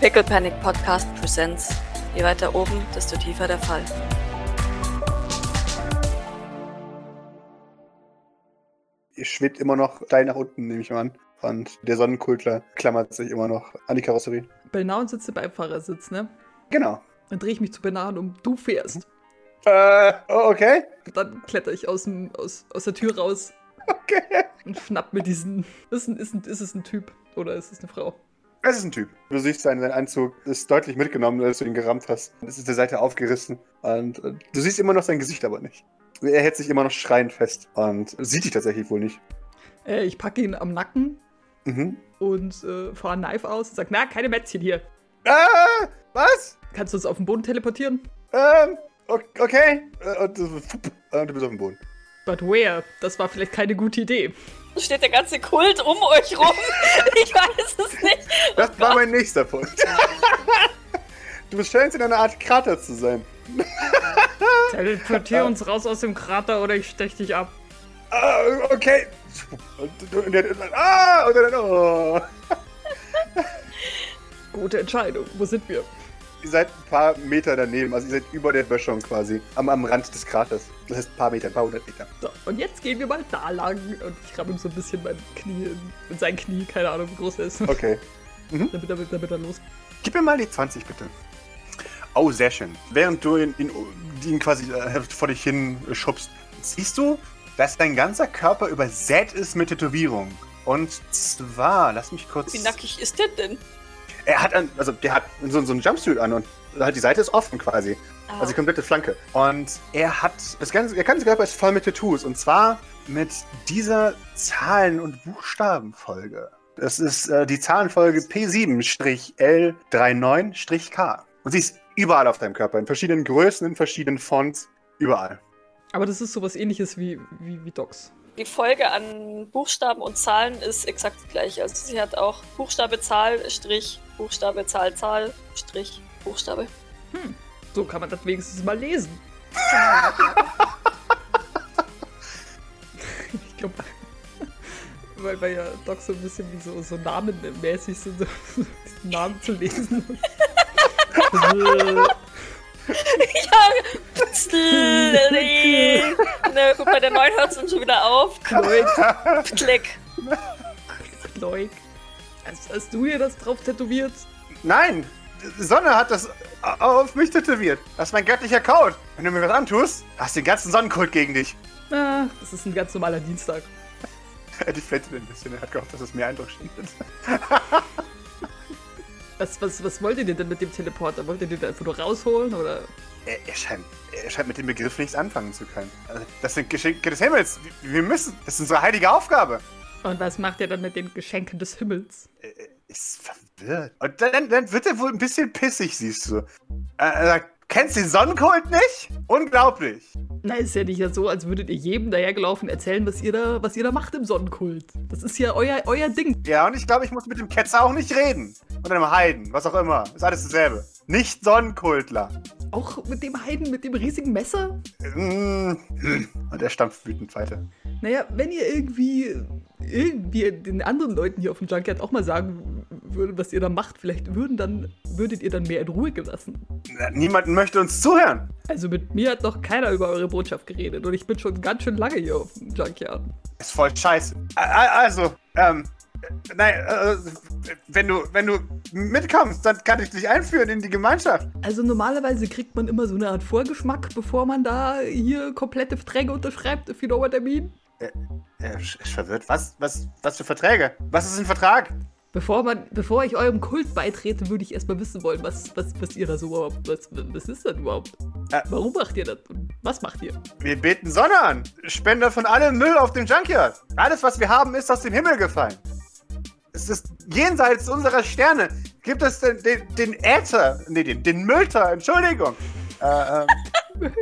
Pickle Panic Podcast presents. Je weiter oben, desto tiefer der Fall. schwebt immer noch steil nach unten, nehme ich mal an. Und der Sonnenkultler klammert sich immer noch an die Karosserie. Benaun sitzt im Beifahrersitz, ne? Genau. Dann drehe ich mich zu Benaun um. Du fährst. Äh, oh, okay. Dann kletter ich aus, dem, aus, aus der Tür raus Okay. und schnapp mir diesen. Ist, ein, ist, ein, ist es ein Typ oder ist es eine Frau? Es ist ein Typ. Du siehst, sein, sein Anzug ist deutlich mitgenommen, als du ihn gerammt hast. Es ist der Seite aufgerissen. Und äh, du siehst immer noch sein Gesicht, aber nicht. Er hält sich immer noch schreiend fest und sieht dich tatsächlich wohl nicht. Äh, ich packe ihn am Nacken Mhm. und äh, fahre ein Knife aus und sage: Na, keine Mätzchen hier. Ah, was? Kannst du uns auf den Boden teleportieren? Ähm, ok- okay. Äh, Und, äh, fupp, äh, du bist auf dem Boden. But where? Das war vielleicht keine gute Idee. Steht der ganze Kult um euch rum? ich weiß es nicht. Das war mein nächster Punkt. du scheinst in einer Art Krater zu sein. Teleportier uns raus aus dem Krater oder ich stech dich ab. Ah, okay. Und, und, der- und, ah, und dann, oh. Gute Entscheidung. Wo sind wir? Ihr seid ein paar Meter daneben, also ihr seid über der Böschung quasi, am, am Rand des Kraters. Das heißt ein paar Meter, ein paar hundert Meter. So, und jetzt gehen wir mal da lang. Und ich ramme ihm so ein bisschen mein Knie in, in sein Knie. Keine Ahnung, wie groß er ist. Okay. damit, damit, damit er los. Gib mir mal die 20, bitte. Oh, sehr schön. Während du ihn, ihn, ihn quasi äh, vor dich hin schubst, siehst du, dass dein ganzer Körper übersät ist mit Tätowierungen. Und zwar, lass mich kurz. Wie nackig ist der denn? Er hat an, also der hat so, so einen Jumpsuit an und halt die Seite ist offen quasi. Ah, Also die komplette Flanke. Und er hat, das ganze, der ganze Körper ist voll mit Tattoos. Und zwar mit dieser Zahlen- und Buchstabenfolge. Das ist äh, die Zahlenfolge P7-L39-K. Und sie ist überall auf deinem Körper, in verschiedenen Größen, in verschiedenen Fonts, überall. Aber das ist sowas ähnliches wie, wie, wie Docs. die Folge an Buchstaben und Zahlen ist exakt gleich. Also sie hat auch Buchstabe, Zahl, Strich, Buchstabe, Zahl, Zahl, Strich, Buchstabe. So kann man das wenigstens mal lesen. ich glaube, weil, weil ja Docs so ein bisschen wie so, so namenmäßig sind, so, so diesen Namen zu lesen. Pstleli. Na gut, bei der neuen hört es dann schon wieder auf. Kloik, Klick. Kloik. Hast, hast du dir das drauf tätowiert? Nein! Sonne hat das au- auf mich tätowiert. Das ist mein göttlicher Kaut. Wenn du mir was antust, hast du den ganzen Sonnenkult gegen dich. Ah, das ist ein ganz normaler Dienstag. Die fette ein bisschen. Er hat gehofft, dass es mehr Eindruck schindet. Was, was, was wollt ihr denn mit dem Teleporter? Wollt ihr den einfach nur rausholen oder Er, er, scheint, er scheint mit dem Begriff nichts anfangen zu können. Also, Das sind Geschenke des Himmels. Wir, wir müssen. Das ist unsere heilige Aufgabe. Und was macht er dann mit den Geschenken des Himmels? Er- er Ist verwirrt. Und dann, dann wird er wohl ein bisschen pissig, siehst du. Er er sagt, kennst du den Sonnenkult nicht? Unglaublich. Na, ist ja nicht so, als würdet ihr jedem dahergelaufen erzählen, was ihr da, was ihr da macht im Sonnenkult. Das ist ja euer, euer Ding. Ja, und ich glaube, ich muss mit dem Ketzer auch nicht reden. Und einem Heiden, was auch immer. Ist alles dasselbe. Nicht Sonnenkultler. Auch mit dem Heiden, mit dem riesigen Messer? Mm. Und er stampft wütend weiter. Naja, wenn ihr irgendwie, irgendwie den anderen Leuten hier auf dem Junkyard auch mal sagen würdet, was ihr da macht, vielleicht würden dann, würdet ihr dann mehr in Ruhe gelassen. Na, Niemand möchte uns zuhören. Also mit mir hat noch keiner über eure Botschaft geredet und ich bin schon ganz schön lange hier auf dem Junkyard. Ist voll scheiße. A- a- Also, ähm, äh, nein, äh, wenn du, wenn du mitkommst, dann kann ich dich einführen in die Gemeinschaft. Also normalerweise kriegt man immer so eine Art Vorgeschmack, bevor man da hier komplette Verträge unterschreibt, if you know what I mean. Er ist ist Äh, verwirrt. Was, was, was für Verträge? Was ist ein Vertrag? Bevor, man, bevor ich eurem Kult beitrete, würde ich erstmal wissen wollen, was, was, was ihr da so überhaupt. Was, was ist das überhaupt? Ä- Warum macht ihr das? Und was macht ihr? Wir beten Sonne an. Spender von allem Müll auf dem Junkyard. Alles, was wir haben, ist aus dem Himmel gefallen. Es ist jenseits unserer Sterne. Gibt es den, den, den Äther? Nee, den, den Müllter, Entschuldigung. Äh, ähm,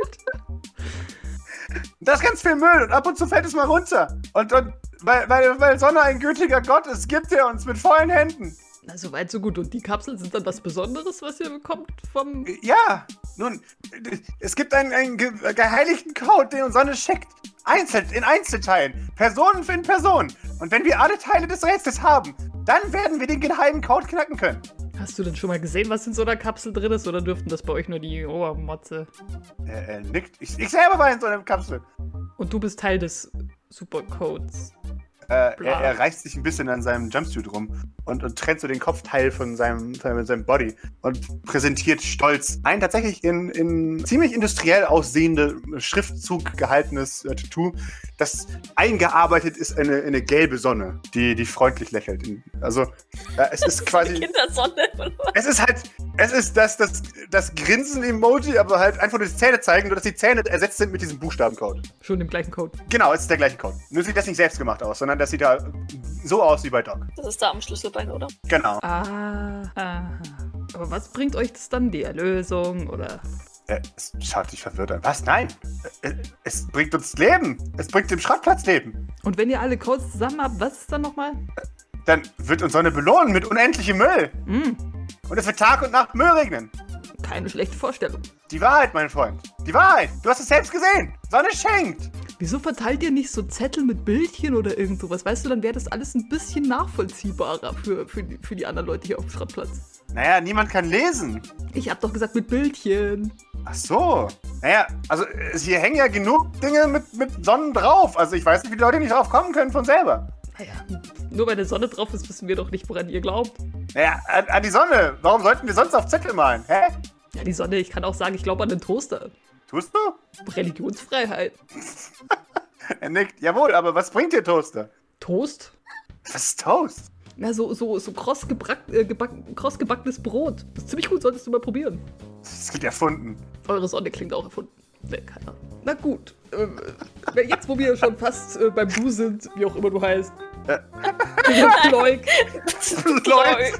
Da ist ganz viel Müll und ab und zu fällt es mal runter. Und, und weil, weil, weil Sonne ein gütiger Gott ist, gibt er uns mit vollen Händen. Na, soweit, so gut. Und die Kapseln sind dann was Besonderes, was ihr bekommt vom. Äh. Ja, nun, es gibt einen, einen ge geheiligten Code, den uns Sonne schickt. Einzel in Einzelteilen, Personen für in Personen. Und wenn wir alle Teile des Rätsels haben, dann werden wir den geheimen Code knacken können. Hast du denn schon mal gesehen, was in so einer Kapsel drin ist? Oder dürften das bei euch nur die Obermotze? Er, er Äh, nickt. Ich, ich selber war in so einer Kapsel. Und du bist Teil des Supercodes. Äh, er, Bla. er reißt sich ein bisschen an seinem Jumpsuit rum und, und trennt so den Kopfteil von seinem, von seinem Body und präsentiert stolz ein tatsächlich in, in ziemlich industriell aussehende Schriftzug gehaltenes äh, Tattoo, das eingearbeitet ist in eine, in eine gelbe Sonne, die, die freundlich lächelt. Also äh, es ist quasi... Kindersonne. oder? Es ist halt, es ist das, das, das Grinsen-Emoji, aber halt einfach nur die Zähne zeigen, nur dass die Zähne ersetzt sind mit diesem Buchstabencode. Schon im gleichen Code. Genau, es ist der gleiche Code. Nur sieht das nicht selbst gemacht aus, sondern das sieht da so aus wie bei Doc. Das ist da am Schlüsselbein, oder? Genau. Ah, aha. Aber was bringt euch das dann? Die Erlösung oder Äh, Es schaut sich verwirrt an. Was? Nein! Äh, äh, Es bringt uns Leben! Es bringt dem Schrottplatz Leben! Und wenn ihr alle Codes zusammen habt, was ist dann nochmal? Dann wird uns Sonne belohnen mit unendlichem Müll! Hm, Und es wird Tag und Nacht Müll regnen! keine schlechte Vorstellung. Die Wahrheit, mein Freund! Die Wahrheit! Du hast es selbst gesehen! Sonne schenkt! Wieso verteilt ihr nicht so Zettel mit Bildchen oder irgend sowas? Weißt du, dann wäre das alles ein bisschen nachvollziehbarer für, für, die- für die anderen Leute hier auf dem Schrottplatz. Naja, niemand kann lesen! Ich hab doch gesagt mit Bildchen. Ach so. Naja, also äh, hier hängen ja genug Dinge mit, mit Sonnen drauf. Also ich weiß nicht, wie die Leute nicht drauf kommen können von selber. Naja, nur weil der Sonne drauf ist, wissen wir doch nicht, woran ihr glaubt. Naja, an, an die Sonne. Warum sollten wir sonst auf Zettel malen? Hä? Ja, die Sonne, ich kann auch sagen, ich glaube an den Toaster. Tust du? Religionsfreiheit. Er nickt. Jawohl, aber was bringt dir Toaster? Toast? Was ist Toast? Na, so, so, so kross, gebrack, äh, gebacken, kross gebackenes Brot. Das ist ziemlich gut, solltest du mal probieren. Das klingt erfunden. Eure Sonne klingt auch erfunden. Nee, keine Ahnung. Na gut. Ähm, äh, jetzt, wo wir schon fast äh, beim Du sind, wie auch immer du heißt. Leuk. Leute.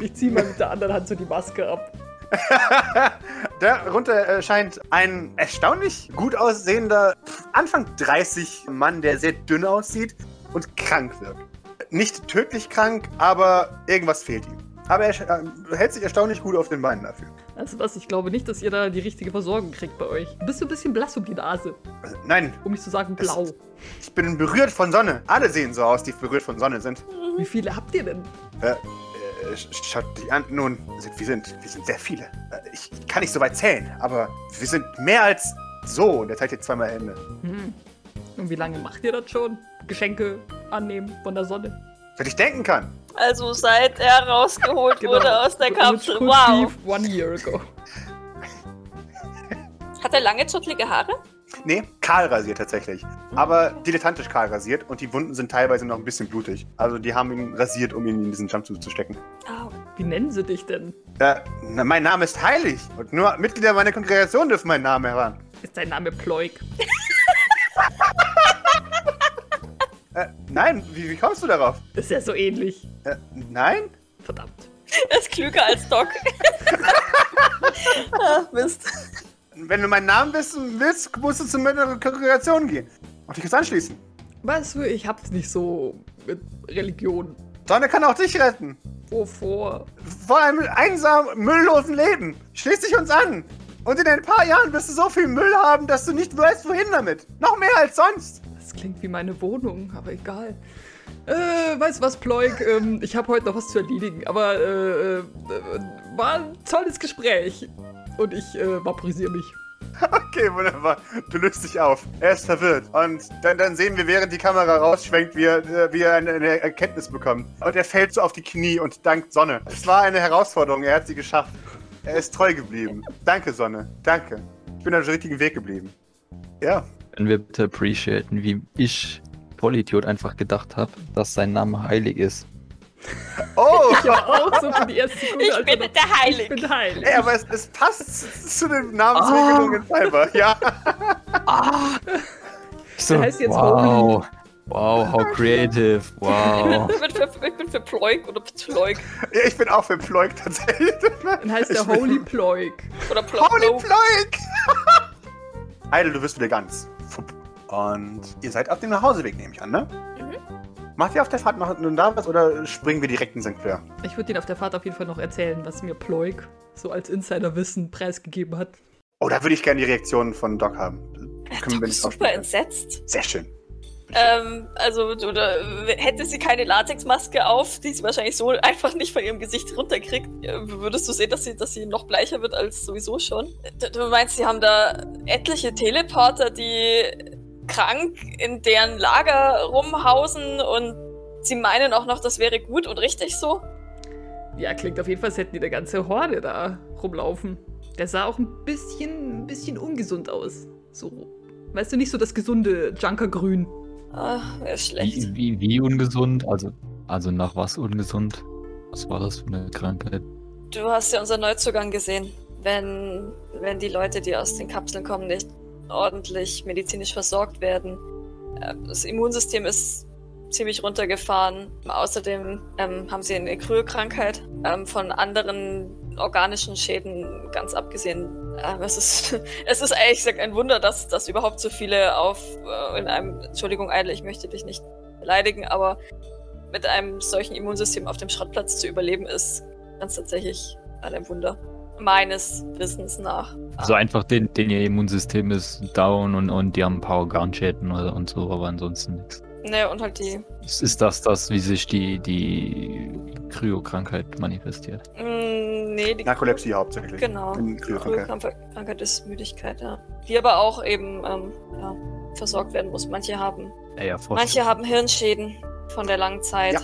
Ich ziehe mal mit der anderen Hand so die Maske ab. Darunter äh, scheint ein erstaunlich gut aussehender, Anfang 30 Mann, der sehr dünn aussieht und krank wirkt. Nicht tödlich krank, aber irgendwas fehlt ihm. Aber er sch- äh, hält sich erstaunlich gut auf den Beinen dafür. Also was, ich glaube nicht, dass ihr da die richtige Versorgung kriegt bei euch. Du bist so ein bisschen blass um die Nase, Also, nein, um nicht zu sagen blau. ich bin berührt von Sonne. Alle sehen so aus, die berührt von Sonne sind. Mhm. Wie viele habt ihr denn? Äh, sch- schaut dich an. Nun, sind, wir, sind, wir sind sehr viele. Äh, ich kann nicht so weit zählen, aber wir sind mehr als so. Und er zeigt jetzt zweimal Hände. Hm. Und wie lange macht ihr das schon? Geschenke annehmen von der Sonne? Wenn ich denken kann. Also seit er rausgeholt Genau. wurde aus der Und jetzt Kapsel. could Wow. be One year ago. Hat er lange, zottelige Haare? Nee, kahl rasiert tatsächlich. Aber dilettantisch kahl rasiert und die Wunden sind teilweise noch ein bisschen blutig. Also die haben ihn rasiert, um ihn in diesen Jumpsuit zu stecken. Ah, Wie nennen sie dich denn? Äh, na, mein Name ist heilig und nur Mitglieder meiner Kongregation dürfen meinen Namen heran. Ist dein Name Pleuk? Äh, nein, wie, wie kommst du darauf? Das ist ja so ähnlich. Äh, nein? Verdammt. Er ist klüger als Doc. Ach, Mist. Wenn du meinen Namen wissen willst, musst du zu meiner Kongregation gehen. Und dich jetzt anschließen. Weißt du, ich hab's nicht so mit Religion. Sonne kann auch dich retten. Wovor? Vor einem einsamen, mülllosen Leben. Schließ dich uns an. Und in ein paar Jahren wirst du so viel Müll haben, dass du nicht weißt, wohin damit. Noch mehr als sonst. Das klingt wie meine Wohnung, aber egal. Äh, weißt du was, Pleuk? Ähm, ich habe heute noch was zu erledigen, aber äh, äh, äh, war ein tolles Gespräch. Und ich äh, vaporisiere mich. Okay, wunderbar. Du löst dich auf. Er ist verwirrt. Und dann, dann sehen wir, während die Kamera rausschwenkt, wie er, äh, wie er eine, eine Erkenntnis bekommt. Und er fällt so auf die Knie und dankt Sonne. Es war eine Herausforderung. Er hat sie geschafft. Er ist treu geblieben. Danke, Sonne. Danke. Ich bin auf dem richtigen Weg geblieben. Ja. Können wir bitte appreciaten, wie ich, Vollidiot, einfach gedacht habe, dass sein Name heilig ist. Oh! Ich war auch so für die erste Sekunde. Ich als bin er noch- der Ich bin Heilige. heilig. Ey, aber es, es passt zu den Ah. Namensregelungen Fiber. Ja. Ich so, Der heißt jetzt wow. Wow, how creative. Wow. Ich bin für, ich bin für Pleuk oder Pleuk. Ja, Ich bin auch für Ploik tatsächlich. Dann heißt der Ich bin- Holy Pleuk. Oder Pleuk. Holy Ploik! Eidel, du wirst wieder ganz. Fupp. Und ihr seid auf dem Nachhauseweg, nehme ich an, ne? Mhm. Macht ihr auf der Fahrt noch nun da was oder springen wir direkt in St. Clair? Ich würde ihn auf der Fahrt auf jeden Fall noch erzählen, was mir Pleuk so als Insiderwissen preisgegeben hat. Oh, da würde ich gerne die Reaktion von Doc haben. Können wir Doc nicht ist aufspielen. super entsetzt. Sehr schön. Ähm, also, oder w- hätte sie keine Latexmaske auf, die sie wahrscheinlich so einfach nicht von ihrem Gesicht runterkriegt, äh, würdest du sehen, dass sie, dass sie noch bleicher wird als sowieso schon. D- Du meinst, sie haben da etliche Teleporter, die krank in deren Lager rumhausen und sie meinen auch noch, das wäre gut und richtig so? Ja, klingt auf jeden Fall, als hätten die eine ganze Horde da rumlaufen. Der sah auch ein bisschen, ein bisschen ungesund aus. So. Weißt du, nicht so das gesunde Junkergrün. Ah, wäre schlecht. Wie, wie, wie ungesund? Also, also nach was ungesund? Was war das für eine Krankheit? Du hast ja unseren Neuzugang gesehen. Wenn, wenn die Leute, die aus den Kapseln kommen, nicht ordentlich medizinisch versorgt werden. äh, Das Immunsystem ist ziemlich runtergefahren. Außerdem ähm, haben sie eine Kryokrankheit. Ähm, von anderen organischen Schäden ganz abgesehen. Ähm, es, ist, es ist ehrlich gesagt ein Wunder, dass, dass überhaupt so viele auf äh, in einem, Entschuldigung, Eidle, ich möchte dich nicht beleidigen, aber mit einem solchen Immunsystem auf dem Schrottplatz zu überleben ist ganz tatsächlich an einem Wunder. Meines Wissens nach. Also Ah. einfach den, den ihr Immunsystem ist down und, und die haben ein paar Organschäden oder- und so, aber ansonsten nichts. Ne, und halt die. Ist- Ist das das, wie sich die, die Kryokrankheit manifestiert? Mm, nee, die Narkolepsie hauptsächlich. Genau. In Kühlschrank. Frühkrankheit Krankheit ist Müdigkeit, ja. Die aber auch eben ähm, ja, versorgt werden muss. Manche haben, Ja, ja, Frost. manche haben Hirnschäden von der langen Zeit. Ja.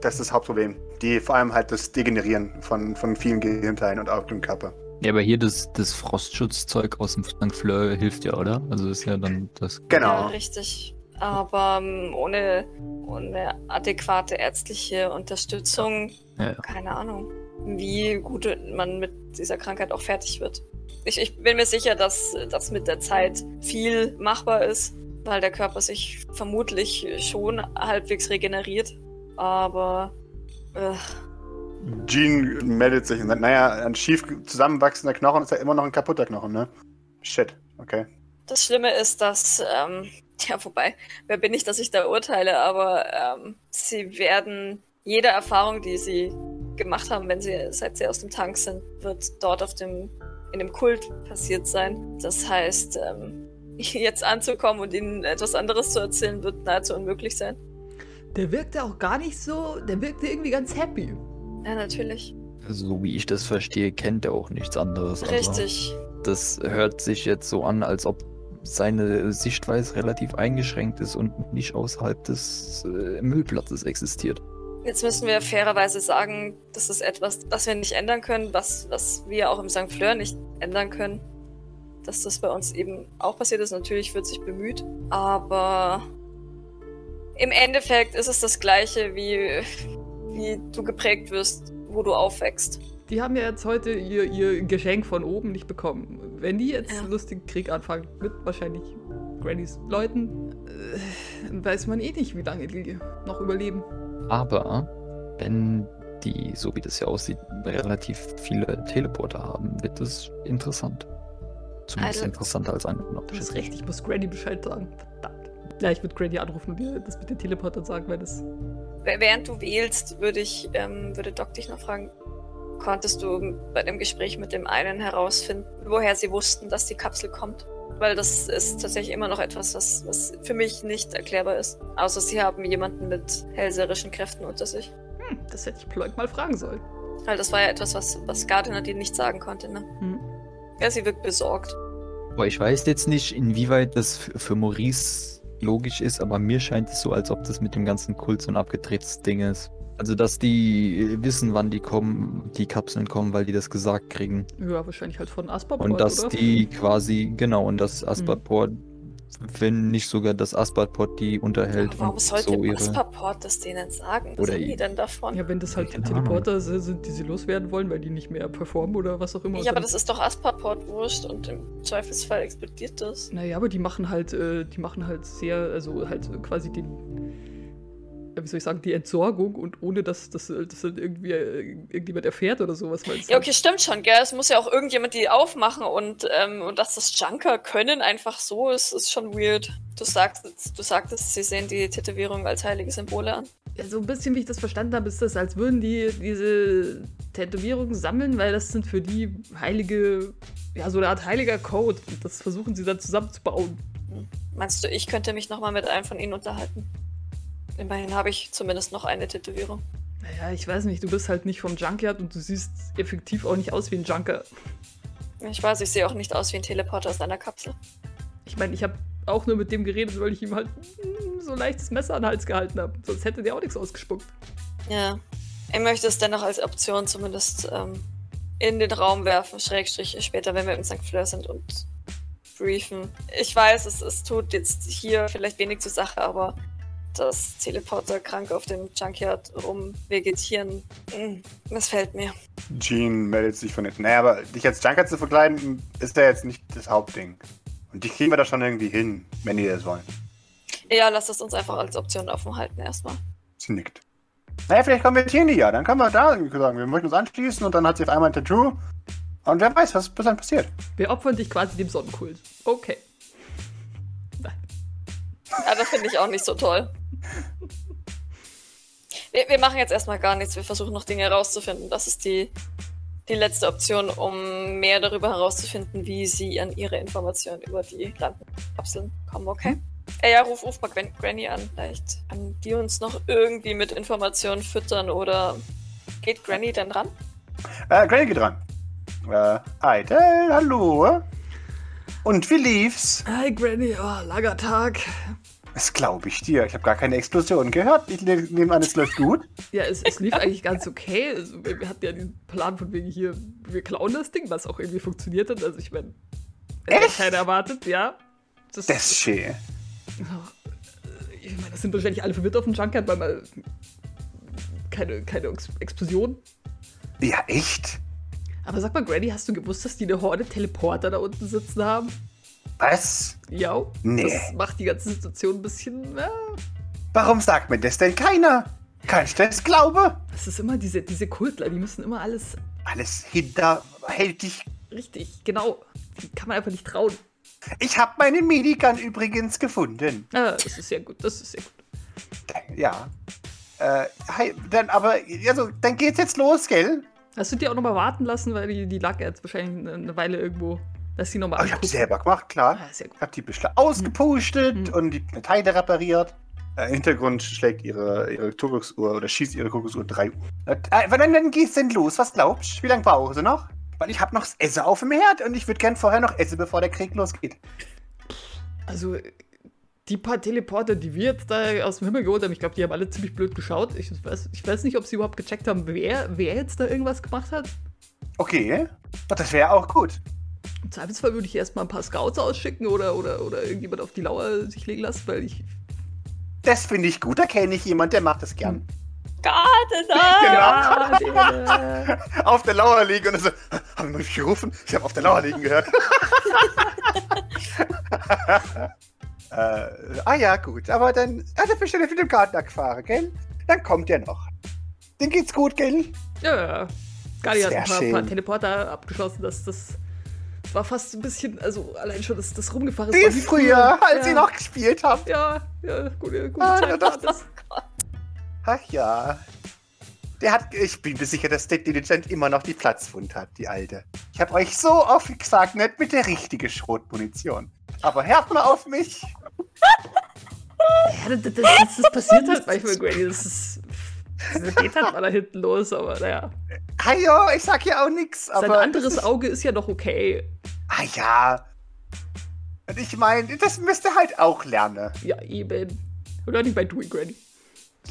Das ist das Hauptproblem. Die, vor allem halt das Degenerieren von, von vielen Gehirnteilen und auch dem Körper. ja, aber hier das, das Frostschutzzeug aus dem Frank Fleur hilft ja, oder? Also ist ja dann das. Ja, Genau. richtig. Aber ähm, ohne, ohne adäquate ärztliche Unterstützung, Ja, ja. keine Ahnung, wie gut man mit dieser Krankheit auch fertig wird. Ich, ich bin mir sicher, dass das mit der Zeit viel machbar ist, weil der Körper sich vermutlich schon halbwegs regeneriert. Aber äh, Jean meldet sich und sagt, naja, ein schief zusammenwachsender Knochen ist ja immer noch ein kaputter Knochen, ne? Shit, okay. Das Schlimme ist, dass, ähm, ja, wobei, wer bin ich, dass ich da urteile, aber ähm, sie werden jede Erfahrung, die sie gemacht haben, wenn sie, seit sie aus dem Tank sind, wird dort auf dem, in dem Kult passiert sein. Das heißt, ähm, jetzt anzukommen und ihnen etwas anderes zu erzählen, wird nahezu unmöglich sein. Der wirkte auch gar nicht so, der wirkte irgendwie ganz happy. Ja, natürlich. also So wie ich das verstehe, kennt er auch nichts anderes. Richtig. das hört sich jetzt so an, als ob seine Sichtweise relativ eingeschränkt ist und nicht außerhalb des äh, Müllplatzes existiert. Jetzt müssen wir fairerweise sagen, das ist etwas, das wir nicht ändern können, was, was wir auch im St. Fleur nicht ändern können. Dass das bei uns eben auch passiert ist. Natürlich wird sich bemüht, aber im Endeffekt ist es das Gleiche, wie, wie du geprägt wirst, wo du aufwächst. Die haben ja jetzt heute ihr, ihr Geschenk von oben nicht bekommen. Wenn die jetzt Ja. lustigen Krieg anfangen mit wahrscheinlich Grannys Leuten, äh, weiß man eh nicht, wie lange die noch überleben. Aber wenn die, so wie das ja aussieht, relativ viele Teleporter haben, wird das interessant. Zumindest Also- interessanter als angenommen. Du hast recht, ich muss Granny Bescheid sagen. Verdammt. Ja, ich würde Granny anrufen und ihr das mit den Teleportern sagen, weil das. W- Während du wählst, würde ich, ähm, würde Doc dich noch fragen, konntest du bei dem Gespräch mit dem einen herausfinden, woher sie wussten, dass die Kapsel kommt? Weil das ist tatsächlich immer noch etwas, was, was für mich nicht erklärbar ist. Außer sie haben jemanden mit hellserischen Kräften unter sich. Hm, das hätte ich Ploik mal fragen sollen. Weil das war ja etwas, was, was Gardiner dir nicht sagen konnte, ne? Hm. Ja, sie wirkt besorgt. Aber ich weiß jetzt nicht, inwieweit das f- für Maurice logisch ist, aber mir scheint es so, als ob das mit dem ganzen Kult so ein abgedrehtes Ding ist. Also, dass die äh, wissen, wann die kommen, die Kapseln kommen, weil die das gesagt kriegen. Ja, wahrscheinlich halt von Aspaport, Und dass oder? die quasi, genau, und dass Aspadport, wenn nicht sogar das Aspadport die unterhält. Aber warum und sollte so ihre... Passport das denen sagen? Was Oder haben die i- denn davon? Ja, wenn das halt Keine Teleporter si- sind, die sie loswerden wollen, weil die nicht mehr performen oder was auch immer. Ja, aber dann- das ist doch Aspaport wurscht und im Zweifelsfall explodiert das. Naja, aber die machen halt, äh, die machen halt sehr, also halt quasi den, äh, wie soll ich sagen, die Entsorgung und ohne dass das dass halt irgendwie äh, irgendjemand erfährt oder sowas. Meinst Ja, okay, stimmt schon, gell? Es muss ja auch irgendjemand die aufmachen und, ähm, und dass das Junker können einfach so ist, ist schon weird. Du sagst, du sagtest, sie sehen die Tätowierung als heilige Symbole an. Ja, so ein bisschen, wie ich das verstanden habe, ist das, als würden die diese Tätowierungen sammeln, weil das sind für die heilige, ja, so eine Art heiliger Code. Und das versuchen sie dann zusammenzubauen. Meinst du, ich könnte mich nochmal mit einem von ihnen unterhalten? Immerhin habe ich zumindest noch eine Tätowierung. Naja, ich weiß nicht, du bist halt nicht vom Junkyard und du siehst effektiv auch nicht aus wie ein Junker. Ich weiß, ich sehe auch nicht aus wie ein Teleporter aus einer Kapsel. Ich meine, ich habe auch nur mit dem geredet, weil ich ihm halt mm, so ein leichtes Messer an den Hals gehalten habe. Sonst hätte der auch nichts ausgespuckt. Ja. Ich möchte es dennoch als Option zumindest ähm, in den Raum werfen, Schrägstrich später, wenn wir in St. Fleur sind und briefen. Ich weiß, es, es tut jetzt hier vielleicht wenig zur Sache, aber das Teleporter krank auf dem Junkyard rumvegetieren, mm, missfällt mir. Jean meldet sich von hinten. Naja, aber dich als Junker zu verkleiden, ist ja jetzt nicht das Hauptding. Und die kriegen wir da schon irgendwie hin, wenn die das wollen. Ja, lass es uns einfach als Option offen halten erstmal. Sie nickt. Naja, vielleicht konvertieren die ja. Dann können wir da irgendwie sagen, wir möchten uns anschließen und dann hat sie auf einmal ein Tattoo. Und wer weiß, was bis dann passiert. Wir opfern dich quasi dem Sonnenkult. Okay. Ja, das finde ich auch nicht so toll. Wir, wir machen jetzt erstmal gar nichts. Wir versuchen noch Dinge herauszufinden. Das ist die, die letzte Option, um mehr darüber herauszufinden, wie sie an ihre Informationen über die Landkapseln kommen, okay? Äh, ja, ruf, ruf mal Gwen Granny an. Vielleicht kann die uns noch irgendwie mit Informationen füttern oder geht Granny denn ran? Äh, Granny geht dran. Äh, Eitel, hallo. Und wie lief's? Hi Granny, oh, langer Tag. Das glaube ich dir. Ich habe gar keine Explosion gehört. Ich ne- nehme an, es läuft gut. Ja, es, es lief eigentlich ganz okay. Also, wir wir hatten ja diesen Plan von wegen hier, wir klauen das Ding, was auch irgendwie funktioniert hat. Also ich meine, hätte Echt? keiner erwartet, ja. Das, äh, Das ist schön. ich meine, das sind wahrscheinlich alle verwirrt auf dem Junkyard, weil mal keine, keine Ex Explosion. Ja, echt? Aber sag mal, Granny, hast du gewusst, dass die eine Horde Teleporter da unten sitzen haben? Was? Ja. Nee. Das macht die ganze Situation ein bisschen. Äh, Warum sagt mir das denn keiner? Kann ich das glauben? das ist immer diese, diese Kultler, die müssen immer alles Alles hinterhältig. richtig, genau. Die kann man einfach nicht trauen. Ich habe meine Minigun übrigens gefunden. Ah, das ist sehr gut, das ist sehr gut. Ja. Äh, hi, dann aber, also, dann geht's jetzt los, gell? Hast du die auch nochmal warten lassen, weil die, die lag jetzt wahrscheinlich eine Weile irgendwo. Lass die nochmal Aber ich habe selber gemacht, klar. Ah, sehr gut. Ich habe die Büschel ausgepustet Mhm. und die Teile repariert. Äh, Im Hintergrund schlägt ihre, ihre Kuckucksuhr oder schießt ihre Kuckucksuhr 3 Uhr. Äh, wann denn, dann geht's denn los? Was glaubst du? Wie lange brauchen sie noch? Weil ich habe noch das Essen auf dem Herd und ich würde gern vorher noch essen, bevor der Krieg losgeht. Also, die paar Teleporter, die wir jetzt da aus dem Himmel geholt haben, ich glaube, die haben alle ziemlich blöd geschaut. Ich weiß, ich weiß nicht, ob sie überhaupt gecheckt haben, wer, wer jetzt da irgendwas gemacht hat. Okay, doch, das wäre auch gut. Im Zweifelsfall würde ich erstmal ein paar Scouts ausschicken oder, oder, oder irgendjemand auf die Lauer sich legen lassen, weil ich. Das finde ich gut, da kenne ich jemanden, der macht das gern. Gardener! Ah, der- Auf der Lauer liegen und dann so, haben wir mich gerufen? Ich habe auf der Lauer liegen gehört. äh, ah ja, gut, aber dann, ah, dann bestimmt mit dem Garten gefahren, gell? Dann kommt der noch. Dem geht's gut, gell? ja, ja. Gali hat Sehr ein paar, schön. paar Teleporter abgeschossen, das, das war fast ein bisschen, also allein schon das, das Rumgefahren. Wie früher, als ja. ich noch gespielt habe. Ja, ja, gute, gute Ah, Zeit das- war das. Ach ja. Der hat, ich bin mir sicher, dass der Diligent immer noch die Platzwund hat, die alte. Ich habe euch so oft gesagt, nicht mit der richtigen Schrotmunition. Aber hört mal auf mich. Ja, das, das, das, das passiert halt manchmal, Granny. Das, ist, das geht halt mal da hinten los, aber naja. Hajo, ich sag ja auch nix, aber. Sein anderes Auge ist ja noch okay. Ah ja. Und ich meine, das müsst ihr halt auch lernen. Ja, eben. Oder nicht bei Doing, Granny.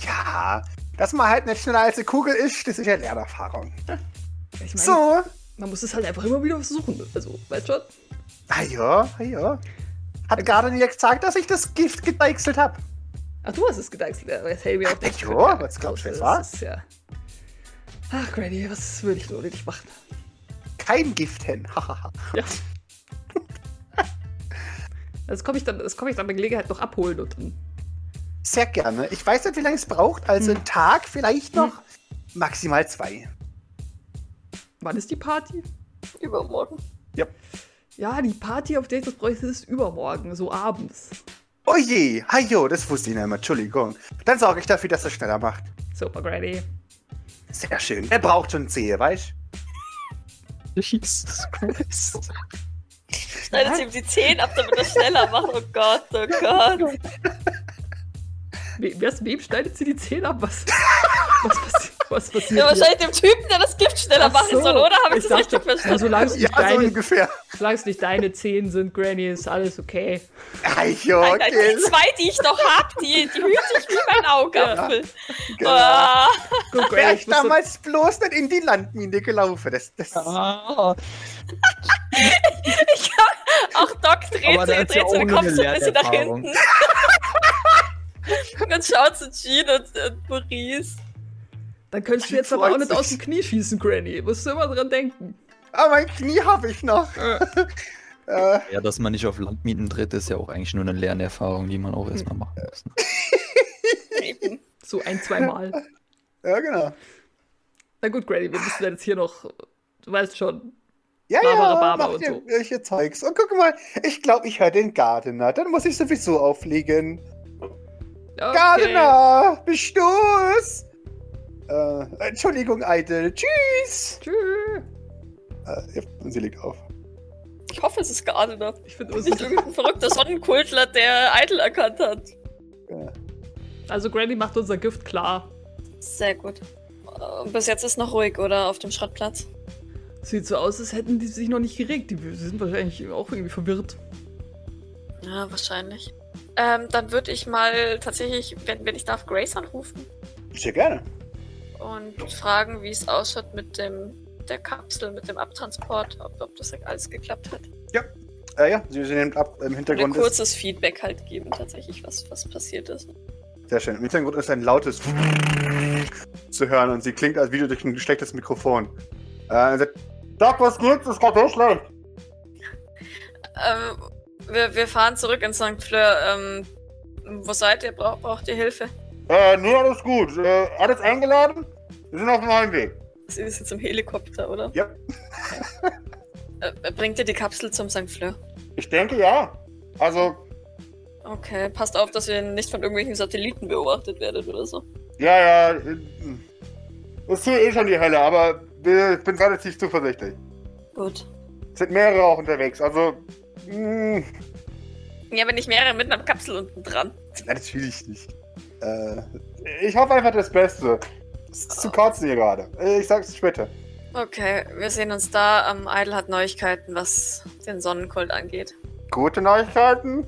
Ja. Dass man halt nicht schneller als eine Kugel ist, das ist ja Lernerfahrung. Ich meine, So. man muss es halt einfach immer wieder versuchen. Also, weißt schon? Ah ja, ah ja. Also Hat Garden ja gesagt, dass ich das Gift gedeichselt habe. Ach, du hast es gedeichselt. Ja, Das hätte ich mir auch denken ja, können. Ja, was glaubst du, das was? ist ja. Ach, Granny, was würde ich nur nicht machen? Kein Gift hin. Hahaha. Ja. Das komme ich, dann- das komm ich dann bei Gelegenheit noch abholen und dann Sehr gerne. Ich weiß nicht, wie lange es braucht. Also Hm. einen Tag vielleicht noch. Maximal zwei. Wann ist die Party? Übermorgen. Ja, die Party, auf der ich das bräuchte, ist übermorgen, so abends. Oh je, hajo, das wusste ich nicht mehr. Entschuldigung. Dann sorge ich dafür, dass er schneller macht. Super, Granny. Sehr schön. Er braucht schon Zehe, weißt Jesus Christ. schneidet ihm die Zehen ab, damit er schneller macht. Oh Gott, oh Gott. We- Wer's wem schneidet sie die Zähne ab? Was, was, passi was passiert? Ja, hier? wahrscheinlich dem Typen, der das Gift schneller Ach machen so, soll, oder? Habe ich, das dachte- richtig verstanden? Ja, solange es Ja, nicht, so deine, ungefähr. solange es nicht deine Zehen sind, Granny, ist alles okay. Eicho, Nein, nein, okay. Die zwei, die ich noch habe, die, die hüte ich wie mein Augapfel. Genau. Ah, Guck, Wäre Granny, ich musst du- damals bloß nicht in die Landmine gelaufen. Das, das, Ah, auch Doc dreht Aber da sich, ist ja dreht auch seinen eine Kopf so ein bisschen nach Lernerfahrung. hinten. und dann schaut zu Jean und, und Maurice. Dann könntest du Die jetzt aber auch freut nicht sich. aus dem Knie schießen, Granny. Musst du immer dran denken. ah, mein Knie habe ich noch. Äh, ja, dass man nicht auf Landmieten tritt, ist ja auch eigentlich nur eine Lernerfahrung, die man auch erstmal machen muss. ne? Eben. So ein, zweimal. ja, genau. Na gut, Granny, wir müssen jetzt hier noch. Du weißt schon. Ja, Barbara ja, Barber macht und ihr so. Welche Zeugs. Und guck mal, ich glaube, ich höre den Gardener. Dann muss ich sowieso aufliegen. Okay. Gardener, Bestoß! Äh, Entschuldigung, Eitel. Tschüss! Tschüss. Äh, und sie legt auf. Ich hoffe, es ist Gardener. Ich finde Nicht es. irgendein verrückter Sonnenkultler, der Eitel erkannt hat. Also, Granny macht unser Gift klar. Sehr gut. Äh, Bis jetzt ist noch ruhig, oder? Auf dem Schrottplatz. Sieht so aus, als hätten die sich noch nicht geregt. Die sie sind wahrscheinlich auch irgendwie verwirrt. Ja, wahrscheinlich. Ähm, dann würde ich mal tatsächlich, wenn, wenn ich darf, Grace anrufen Sehr gerne. und fragen, wie es ausschaut mit dem der Kapsel, mit dem Abtransport, ob, ob das alles geklappt hat. Äh, ja, sie, sie nimmt ab. Im Und ein Hintergrund ist. kurzes Feedback halt geben, tatsächlich, was, was passiert ist. Sehr schön. Im Hintergrund ist ein lautes zu hören und sie klingt, als wieder durch ein schlechtes Mikrofon. Äh, sie sagt, Sag was geht, das geht nicht schlecht. Ähm, wir, wir fahren zurück in St. Fleur. Ähm, wo seid ihr? Brauch, braucht ihr Hilfe? Äh, nee, alles gut. Äh, alles eingeladen? Wir sind auf dem Heimweg. Das ist jetzt im Helikopter, oder? Ja. Äh, bringt ihr die Kapsel zum St. Fleur? Ich denke ja. Also, Okay, passt auf, dass ihr nicht von irgendwelchen Satelliten beobachtet werdet oder so. ja, ja. äh, Ist hier eh schon die Hölle, aber äh, ich bin relativ zuversichtlich. Gut. Es sind mehrere auch unterwegs, also. mm, Mh, Ja, wenn nicht mehrere mit einer Kapsel unten dran. natürlich nicht. Äh, ich hoffe einfach das Beste. Es ist zu kotzen hier gerade. Äh, Ich sag's später. Okay, wir sehen uns da. Ähm, Idle hat Neuigkeiten, was den Sonnenkult angeht. Gute Neuigkeiten?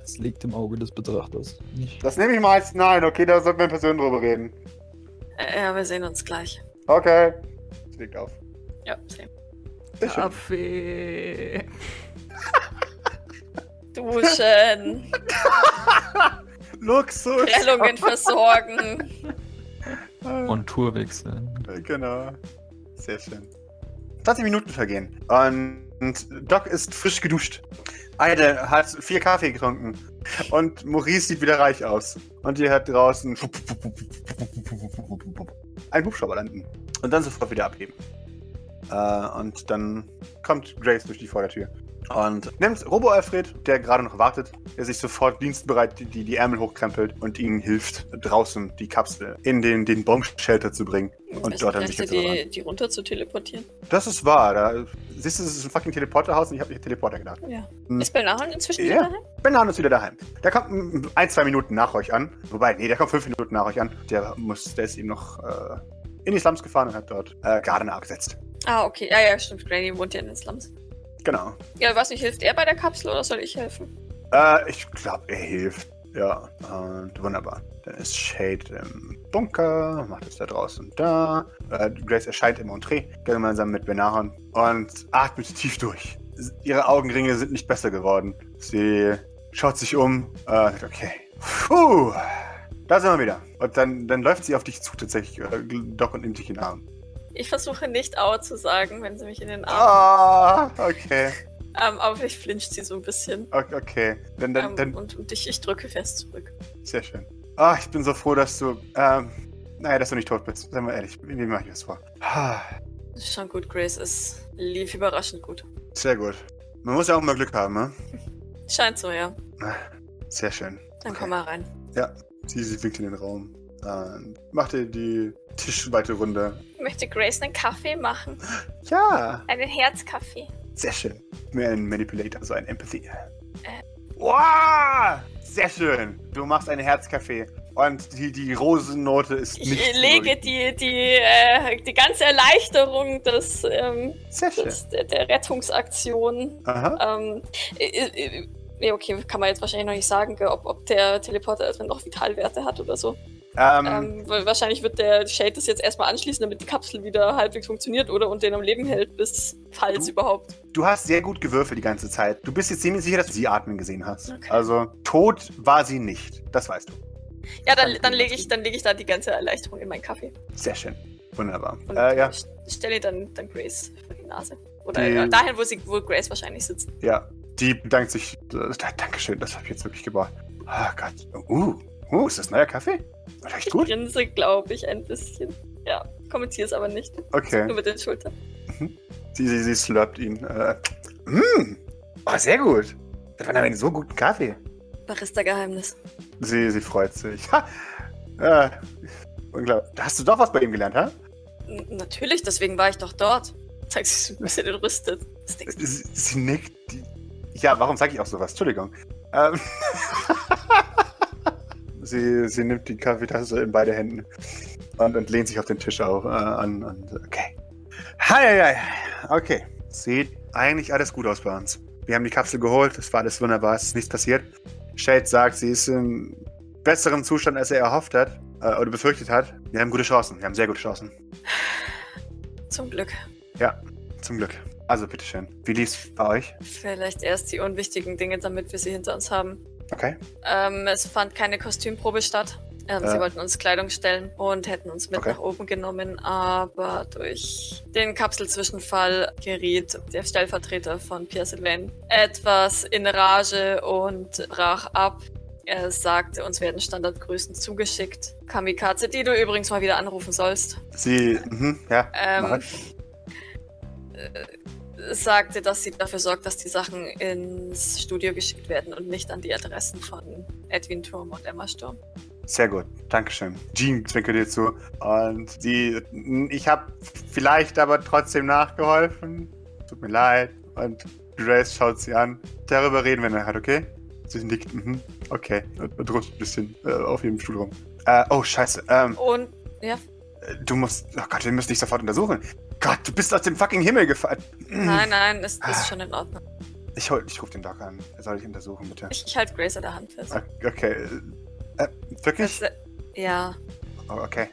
Das liegt im Auge des Betrachters. Nicht. Das nehme ich mal als Nein, okay, da sollten wir in Person drüber reden. Äh, ja, wir sehen uns gleich. Okay. Es legt auf. Ja, sehen. Sehr schön. Kaffee. Duschen, Luxus. Prellungen versorgen. Und Tour wechseln. Genau. Sehr schön. 20 Minuten vergehen. Und Doc ist frisch geduscht. Eide hat viel Kaffee getrunken. Und Maurice sieht wieder reich aus. Und ihr hört draußen einen Hubschrauber landen. Und dann sofort wieder abheben. Äh, und dann kommt Grace durch die Vordertür. Und nimmt Robo Alfred, der gerade noch wartet, der sich sofort dienstbereit die, die, die Ärmel hochkrempelt und ihnen hilft, draußen die Kapsel in den, den Bombshelter zu bringen. Und dort dann sich Vielleicht jetzt die, die runter zu teleportieren. das ist wahr. Da, siehst du, es ist ein fucking Teleporterhaus und ich habe nicht an Teleporter gedacht. Ja. Hm. Ist Belnahon inzwischen Ja. wieder daheim? Benan ist wieder daheim. Der kommt mm, ein, zwei Minuten nach euch an. Wobei, nee, der kommt fünf Minuten nach euch an. Der muss, der ist eben noch äh, in die Slums gefahren und hat dort äh, Gardener abgesetzt. Ah, okay. Ja, ja, stimmt. Granny wohnt ja in den Slums. Genau. Ja, weiß nicht, hilft er bei der Kapsel oder soll ich helfen? Äh, ich glaube, er hilft. Ja, und wunderbar. Dann ist Shade im Bunker, macht es da draußen da. Äh, Grace erscheint im Entree, gemeinsam mit Benahon und atmet tief durch. S- Ihre Augenringe sind nicht besser geworden. Sie schaut sich um, äh, sagt, okay. Puh, da sind wir wieder. Und dann, dann läuft sie auf dich zu, tatsächlich. Äh, Doc und nimmt dich in den Arm. Ich versuche nicht Au zu sagen, wenn sie mich in den Arm. Ah, okay. Ähm, aber vielleicht flincht sie so ein bisschen. O- Okay. Dann, dann, ähm, dann, und und ich, ich drücke fest zurück. Sehr schön. Ah, ich bin so froh, dass du, ähm, naja, dass du nicht tot bist. Seien wir ehrlich, wie mache ich das vor? Ah, Ist Schon gut, Grace. Es lief überraschend gut. Sehr gut. Man muss ja auch mal Glück haben, ne? Scheint so, ja. Sehr schön. Dann Okay. komm mal rein. Sie, sie winkt in den Raum. Ähm, macht ihr die tischweite Runde. Möchte Grace einen Kaffee machen? Ja, Einen Herzkaffee. Sehr schön. Mehr ein Manipulator, also ein Empathy. Äh. Wow! Sehr schön. Du machst einen Herzkaffee und die, die Rosennote ist Ich nicht. lege überwiegend. die, die, äh, die ganze Erleichterung des, ähm, Sehr schön. des, der, der Rettungsaktion. Aha. Ähm, äh, äh, äh, nee, okay, kann man jetzt wahrscheinlich noch nicht sagen, gell, ob, ob der Teleporter noch Vitalwerte hat oder so. Ähm, Ähm, weil wahrscheinlich wird der Shade das jetzt erstmal anschließen, damit die Kapsel wieder halbwegs funktioniert oder und den am Leben hält, bis falls Du- überhaupt. Du hast sehr gut gewürfelt die ganze Zeit. Du bist jetzt ziemlich sicher, dass du sie atmen gesehen hast. Okay. Also tot war sie nicht. Das weißt du. Ja, kann dann, ich dann mir lege das ich, dann lege ich da die ganze Erleichterung in meinen Kaffee. Sehr schön. Wunderbar. Und Äh, ja, st- stelle dann, dann Grace vor die Nase. Oder Die- äh, dahin, wo, sie, wo Grace wahrscheinlich sitzt. ja. Die bedankt sich. Äh, Dankeschön, das habe ich jetzt wirklich gebraucht. Ah Gott. Uh, uh, ist das neuer Kaffee? Recht Ich gut. grinse, glaube ich, ein bisschen. Ja, kommentiere es aber nicht. Okay. Nur mit den Schultern. Sie, sie, sie slurpt ihn. Äh, mm. oh, sehr gut. Das war einen so guten Kaffee. Barista-Geheimnis. Sie, sie freut sich. Ha. Äh, unglaublich. Da Hast du doch was bei ihm gelernt, ha? N natürlich, deswegen war ich doch dort. Sagst du, ein bisschen entrüstet. Das denkst Sie, sie nickt. Die- Ja, warum sage ich auch sowas? Entschuldigung. Ähm. sie, sie nimmt die Kaffeetasse in beide Händen und, und lehnt sich auf den Tisch auch äh, an. Und, okay. Hi, Okay. Sieht eigentlich alles gut aus bei uns. Wir haben die Kapsel geholt, es war alles wunderbar, es ist nichts passiert. Shade sagt, sie ist in besserem Zustand, als er erhofft hat äh, oder befürchtet hat. Wir haben gute Chancen, wir haben sehr gute Chancen. du, zum Glück. Zum Glück. Also bitteschön. Wie lief's bei euch? Vielleicht erst die unwichtigen Dinge, damit wir sie hinter uns haben. Okay. Ähm, es fand keine Kostümprobe statt. Ähm, Äh. Sie wollten uns Kleidung stellen und hätten uns mit Okay. nach oben genommen, aber durch den Kapselzwischenfall geriet der Stellvertreter von Pierre Sylvain etwas in Rage und brach ab. Er sagte, uns werden Standardgrößen zugeschickt. Kamikaze, die du übrigens mal wieder anrufen sollst. Sie, mhm, ja. Ähm, äh, Marek? sagte, dass sie dafür sorgt, dass die Sachen ins Studio geschickt werden und nicht an die Adressen von Edwin Turm und Emma Sturm. Sehr gut, Dankeschön. Jean zwinkert dir zu und sie, ich habe vielleicht aber trotzdem nachgeholfen. Tut mir leid. Und Grace schaut sie an. Darüber reden wir nachher, okay? Sie nickt, mhm, okay. Und, und rutscht ein bisschen äh, auf ihrem Stuhl rum. Äh, oh, scheiße. Ähm, Und ja, du musst, oh Gott, wir müssen dich sofort untersuchen. Gott, du bist aus dem fucking Himmel gefallen. Mhm. nein, nein, ist, ist schon in Ordnung. Ich, hol, ich rufe den Doc an. Er soll dich untersuchen, bitte. Ich, ich halte Grace an der Hand fest. Okay. Äh, wirklich? Das- ja, Oh, okay.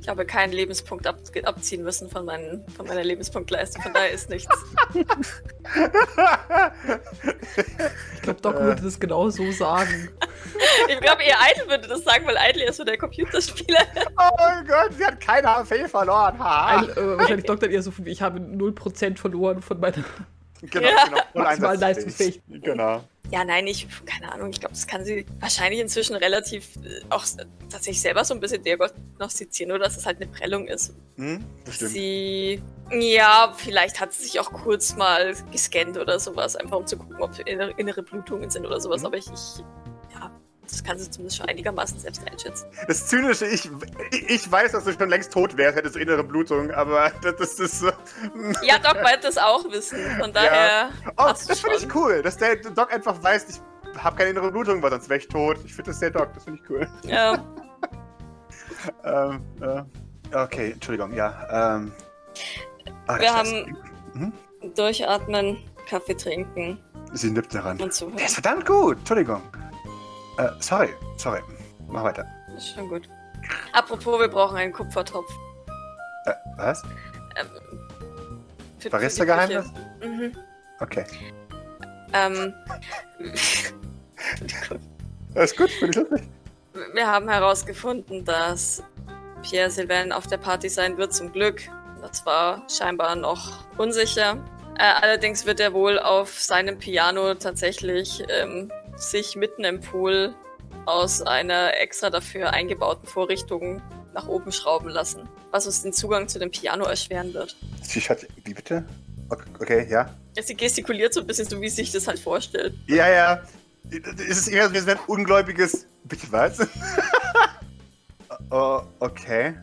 ich habe keinen Lebenspunkt ab, abziehen müssen von, meinen, von meiner Lebenspunktleiste, von daher ist nichts. Ich glaube, Doc Äh. würde das genau so sagen. Ich glaube, ihr Idle würde das sagen, weil Idle ist so der Computerspieler. Oh Gott, sie hat keine HP verloren. Ha. Ein, äh, wahrscheinlich Doc dann eher so von wie, ich habe 0% verloren von meiner. Genau, Ja. genau. Voll Maximal einsatzfähig. leistungsfähig. Genau. Ja, nein, ich, keine Ahnung, ich glaube, das kann sie wahrscheinlich inzwischen relativ äh, auch s- tatsächlich selber so ein bisschen diagnostizieren, oder dass es halt eine Prellung ist. Hm? Bestimmt. Sie. Ja, vielleicht hat sie sich auch kurz mal gescannt oder sowas, einfach um zu gucken, ob innere, innere Blutungen sind oder sowas. Mhm. Aber ich, ich. Ja, das kann sie zumindest schon einigermaßen selbst einschätzen. Das Zynische, ich, ich, ich weiß, dass du schon längst tot wärst, hättest du innere Blutung, aber das, das ist so. Ja, Doc wollte das auch wissen. Von daher. Oh, passt das finde schon. ich cool, dass der Doc einfach weiß, ich habe keine innere Blutung, weil sonst wäre ich tot. Ich finde das sehr Doc, das finde ich cool. Ja. Ähm, äh, okay, Entschuldigung, ja. Ähm, ah, Wir Scheiße. Durchatmen, Kaffee trinken Sie nippt daran. und zuhören. Der ist verdammt gut, Entschuldigung. Äh, sorry, sorry. Mach weiter. Ist schon gut. Apropos, wir brauchen einen Kupfertopf. Äh, was? Ähm, für- für die Barista-Geheimnis? Küche. Mhm. Okay. Ähm, Alles gut, bin ich lustig. Wir haben herausgefunden, dass Pierre Sylvain auf der Party sein wird, zum Glück. Das war scheinbar noch unsicher. Äh, allerdings wird er wohl auf seinem Piano tatsächlich ähm, sich mitten im Pool aus einer extra dafür eingebauten Vorrichtung nach oben schrauben lassen, was uns den Zugang zu dem Piano erschweren wird. Sie schaut, wie bitte? Okay, okay, ja. Sie gestikuliert so ein bisschen so, wie sie sich das halt vorstellt. Ja, ja. Es ist eher so wie so ein ungläubiges. Bitte was? oh, okay.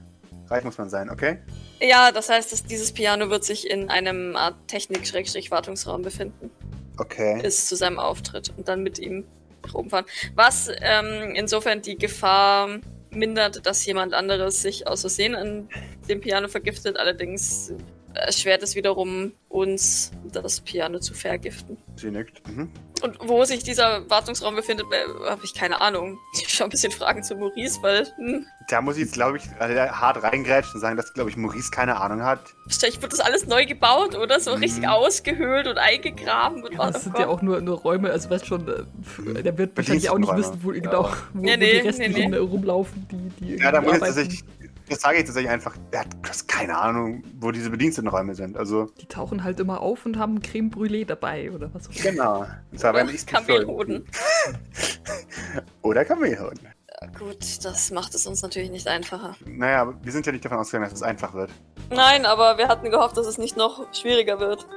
Reich muss man sein, okay? Ja, das heißt, dass dieses Piano wird sich in einem Art Technik-Wartungsraum befinden. Okay. bis zu seinem Auftritt und dann mit ihm rumfahren. Was ähm, insofern die Gefahr mindert, dass jemand anderes sich aus Versehen an dem Piano vergiftet. Allerdings erschwert es wiederum uns, das Piano zu vergiften. Sie nickt. Mhm. Und wo sich dieser Wartungsraum befindet, äh, habe ich keine Ahnung. Ich schaue ein bisschen Fragen zu Maurice, weil hm, Da muss ich jetzt, glaube ich, äh, hart reingrätschen und sagen, dass, glaube ich, Maurice keine Ahnung hat. wahrscheinlich wird das alles neu gebaut, oder? So Mhm. richtig ausgehöhlt und eingegraben. Und oh was Das sind ja auch nur, nur Räume, also weißt schon, äh, f- Mhm. der wird wahrscheinlich auch nicht Bedienstenräume. wissen, wo, ne? Ja. genau, wo, Nee, wo nee, die nee, restlichen nee. äh, rumlaufen, die, die Ja, da irgendwie muss ich arbeiten. tatsächlich, das sage ich tatsächlich einfach, er hat du hast keine Ahnung, wo diese Bedienstetenräume sind. Also, Die tauchen halt immer auf und haben Creme Brûlée dabei oder was auch immer. genau. Und zwar, wenn ich Kamelhoden. Oder Kamelhoden. Gut, das macht es uns natürlich nicht einfacher. Naja, aber wir sind ja nicht davon ausgegangen, dass es einfach wird. Nein, aber wir hatten gehofft, dass es nicht noch schwieriger wird.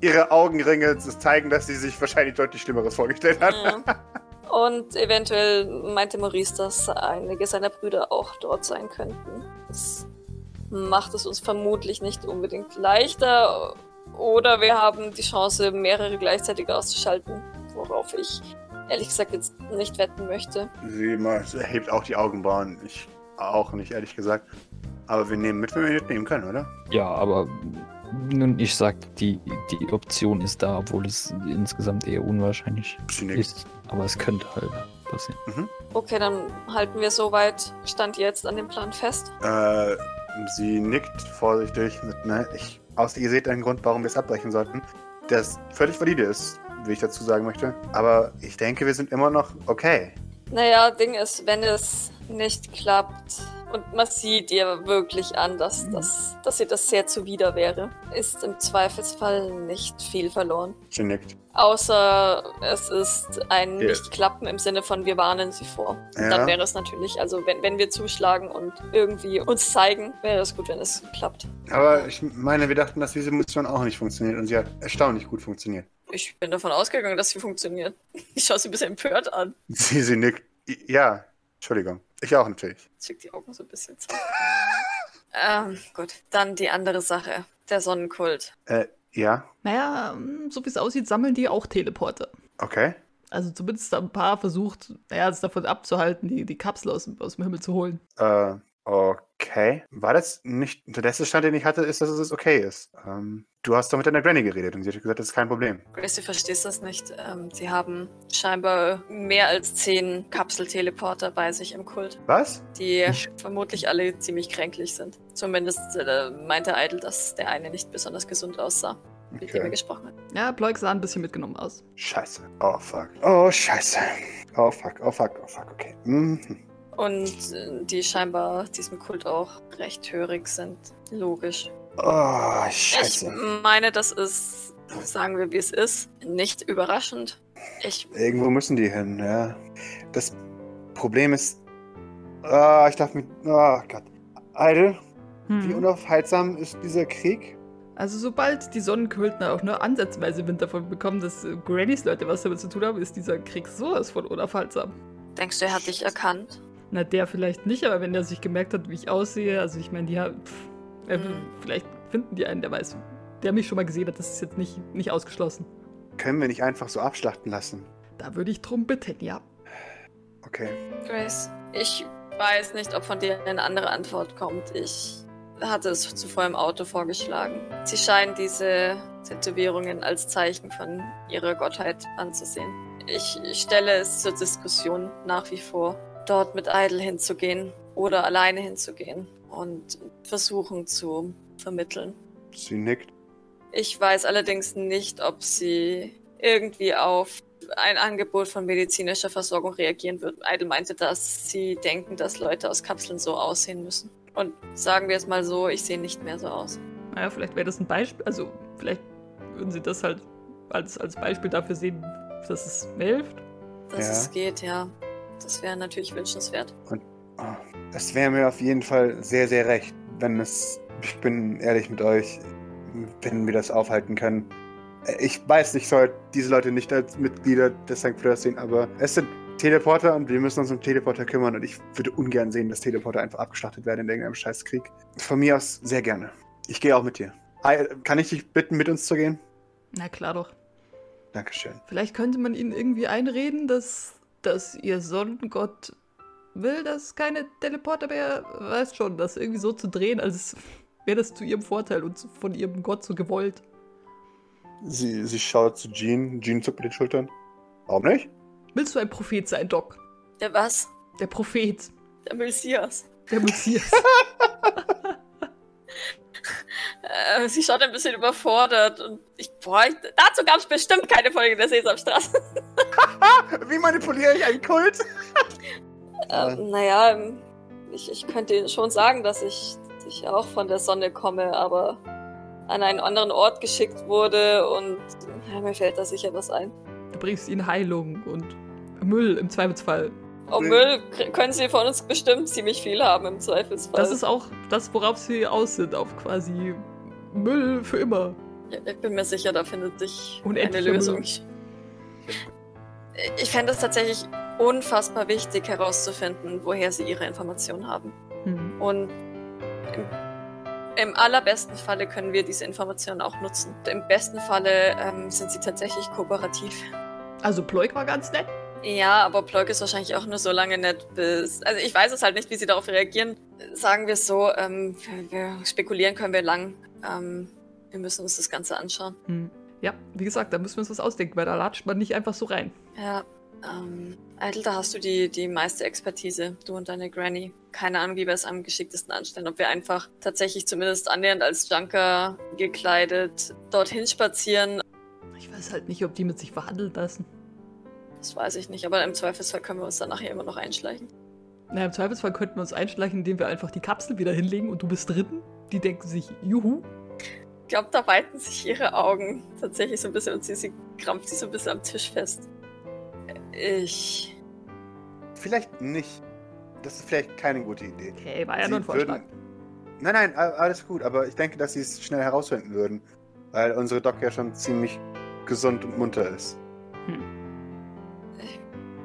Ihre Augenringe das zeigen, dass sie sich wahrscheinlich deutlich Schlimmeres vorgestellt hat. Ja. Und eventuell meinte Maurice, dass einige seiner Brüder auch dort sein könnten. Das macht es uns vermutlich nicht unbedingt leichter. Oder wir haben die Chance, mehrere gleichzeitig auszuschalten, worauf ich ehrlich gesagt jetzt nicht wetten möchte. Sie macht- hebt auch die Augenbrauen. Ich auch nicht, ehrlich gesagt. Aber wir nehmen mit, wenn wir mitnehmen können, oder? Ja, aber nun, ich sag, die, die Option ist da, obwohl es insgesamt eher unwahrscheinlich Sie nickt. ist. Aber es könnte halt passieren. Okay, dann halten wir soweit Stand jetzt an dem Plan fest. Äh, sie nickt vorsichtig mit, ne, ich, außer ihr seht einen Grund, warum wir es abbrechen sollten, der ist völlig valide ist, wie ich dazu sagen möchte. Aber ich denke, wir sind immer noch okay. Naja, Ding ist, wenn es nicht klappt und man sieht ihr wirklich an, dass, Mhm. das, dass ihr das sehr zuwider wäre, ist im Zweifelsfall nicht viel verloren. Sie nickt. Außer es ist ein Ja. Nicht-Klappen im Sinne von wir warnen sie vor. Ja. Dann wäre es natürlich, also wenn, wenn wir zuschlagen und irgendwie uns zeigen, wäre es gut, wenn es klappt. Aber ich meine, wir dachten, dass diese Mission auch nicht funktioniert und sie hat erstaunlich gut funktioniert. Ich bin davon ausgegangen, dass sie funktioniert. Ich schaue sie ein bisschen empört an. Sie, sie nickt. I- Ja, Entschuldigung. Ich auch natürlich. Zückt die Augen so ein bisschen zu. ähm, gut, dann die andere Sache. Der Sonnenkult. Äh, ja, Naja, ähm, so wie es aussieht, sammeln die auch Teleporter. okay. Also zumindest ein paar versucht, naja, es davon abzuhalten, die, die Kapsel aus, dem- aus dem Himmel zu holen. Äh, okay. War das nicht, der letzte Stand, den ich hatte, ist, dass es okay ist. Ähm, du hast doch mit deiner Granny geredet und sie hat gesagt, das ist kein Problem. Grace, du verstehst das nicht. Ähm, sie haben scheinbar mehr als zehn Kapselteleporter bei sich im Kult, Was? die Ich- vermutlich alle ziemlich kränklich sind. Zumindest äh, meinte Idle, dass der eine nicht besonders gesund aussah, mit dem er Okay. gesprochen hat. Ja, Ploik sah ein bisschen mitgenommen aus. Scheiße. Oh fuck. Oh scheiße. Oh fuck. Oh fuck. Oh fuck. Okay. Mhm. Und äh, die scheinbar diesem Kult auch recht hörig sind. Logisch. Oh Ich scheiße. meine, das ist, sagen wir wie es ist, nicht überraschend. Ich, Irgendwo müssen die hin, ja. Das Problem ist. Ah, ich darf mit. Oh Gott. Idle, Mhm. wie Hm. unaufhaltsam ist dieser Krieg? Also sobald die Sonnenkultner auch nur ansatzweise Wind davon bekommen, dass äh, Grannys Leute was damit zu tun haben, ist dieser Krieg sowas von unaufhaltsam. denkst du, er hat dich erkannt? Na, der vielleicht nicht, aber wenn der sich gemerkt hat, wie ich aussehe, also ich meine, die haben, pff, äh, Mhm. vielleicht finden die einen, der weiß, der mich schon mal gesehen hat, das ist jetzt nicht, nicht ausgeschlossen. Können wir nicht einfach so abschlachten lassen? Da würde ich drum bitten, ja. Okay. Grace, ich weiß nicht, ob von dir eine andere Antwort kommt. Ich hatte es zuvor im Auto vorgeschlagen. Sie scheinen diese Tätowierungen als Zeichen von ihrer Gottheit anzusehen. Ich ich stelle es zur Diskussion nach wie vor, dort mit Idle hinzugehen oder alleine hinzugehen und versuchen zu vermitteln. Sie nickt. Ich weiß allerdings nicht, ob sie irgendwie auf ein Angebot von medizinischer Versorgung reagieren wird. Idle meinte, dass sie denken, dass Leute aus Kapseln so aussehen müssen. Und sagen wir es mal so, ich sehe nicht mehr so aus. Naja, vielleicht wäre das ein Beispiel, also vielleicht würden sie das halt als, als Beispiel dafür sehen, dass es hilft. Dass Ja. es geht, ja. Das wäre natürlich wünschenswert. Oh, Es wäre mir auf jeden Fall sehr, sehr recht, wenn es. Ich bin ehrlich mit euch, wenn wir das aufhalten können. Äh, Ich weiß, ich soll diese Leute nicht als Mitglieder des St. Fleurs sehen, aber es sind Teleporter und wir müssen uns um Teleporter kümmern und ich würde ungern sehen, dass Teleporter einfach abgeschlachtet werden in irgendeinem Scheißkrieg. Von mir aus sehr gerne. Ich gehe auch mit dir. Ei, Kann ich dich bitten, mit uns zu gehen? Na klar doch. Dankeschön. Vielleicht könnte man ihnen irgendwie einreden, dass, dass ihr Sonnengott will, dass keine Teleporter mehr, weiß schon, das irgendwie so zu drehen, als wäre das zu ihrem Vorteil und zu- von ihrem Gott so gewollt. Sie, sie schaut zu Jean. Jean zuckt mit den Schultern. Warum nicht? Willst du ein Prophet sein, Doc? Der was? Der Prophet, Der Messias. der Messias. Äh, sie schaut ein bisschen überfordert und ich, boah, ich, dazu gab es bestimmt keine Folge der Sesamstraße. Wie manipuliere ich einen Kult? Ja. Ähm, naja, ähm, ich, ich könnte Ihnen schon sagen, dass ich, dass ich auch von der Sonne komme, aber an einen anderen Ort geschickt wurde und ja, mir fällt da sicher was ein. Du bringst ihnen Heilung und Müll im Zweifelsfall. Oh, Nee. Müll k- können sie von uns bestimmt ziemlich viel haben im Zweifelsfall. Das ist auch das, worauf sie aus sind, auf quasi Müll für immer. Ja, Ich bin mir sicher, da findet sich eine Unendlicher Lösung. Müll. Ich, ich fände es tatsächlich unfassbar wichtig herauszufinden, woher sie ihre Informationen haben. Hm. Und im, im allerbesten Falle können wir diese Informationen auch nutzen. Im besten Falle ähm, sind sie tatsächlich kooperativ. Also Ploik war ganz nett. Ja, aber Plug ist wahrscheinlich auch nur so lange nett, bis. Also ich weiß es halt nicht, wie sie darauf reagieren. Sagen wir es so, ähm, wir wir spekulieren können wir lang. Ähm, wir müssen uns das Ganze anschauen. Hm. Ja, wie gesagt, da müssen wir uns was ausdenken, weil da latscht man nicht einfach so rein. Ja, ähm, Eitel, da hast du die, die meiste Expertise, du und deine Granny. Keine Ahnung, wie wir es am geschicktesten anstellen, ob wir einfach tatsächlich zumindest annähernd als Junker gekleidet dorthin spazieren. Ich weiß halt nicht, ob die mit sich verhandeln lassen. Das weiß ich nicht, aber im Zweifelsfall können wir uns dann nachher immer noch einschleichen. Na, im Zweifelsfall könnten wir uns einschleichen, indem wir einfach die Kapsel wieder hinlegen und du bist dritten. Die denken sich, juhu. Ich glaube, da weiten sich ihre Augen tatsächlich so ein bisschen und sie, sie krampft sich so ein bisschen am Tisch fest. Ich. Vielleicht nicht. Das ist vielleicht keine gute Idee. Okay, war Ah ja Sie nur ein Vorschlag. würden- Nein, nein, a- alles gut, aber ich denke, dass sie es schnell herausfinden würden, weil unsere Doc ja schon ziemlich gesund und munter ist.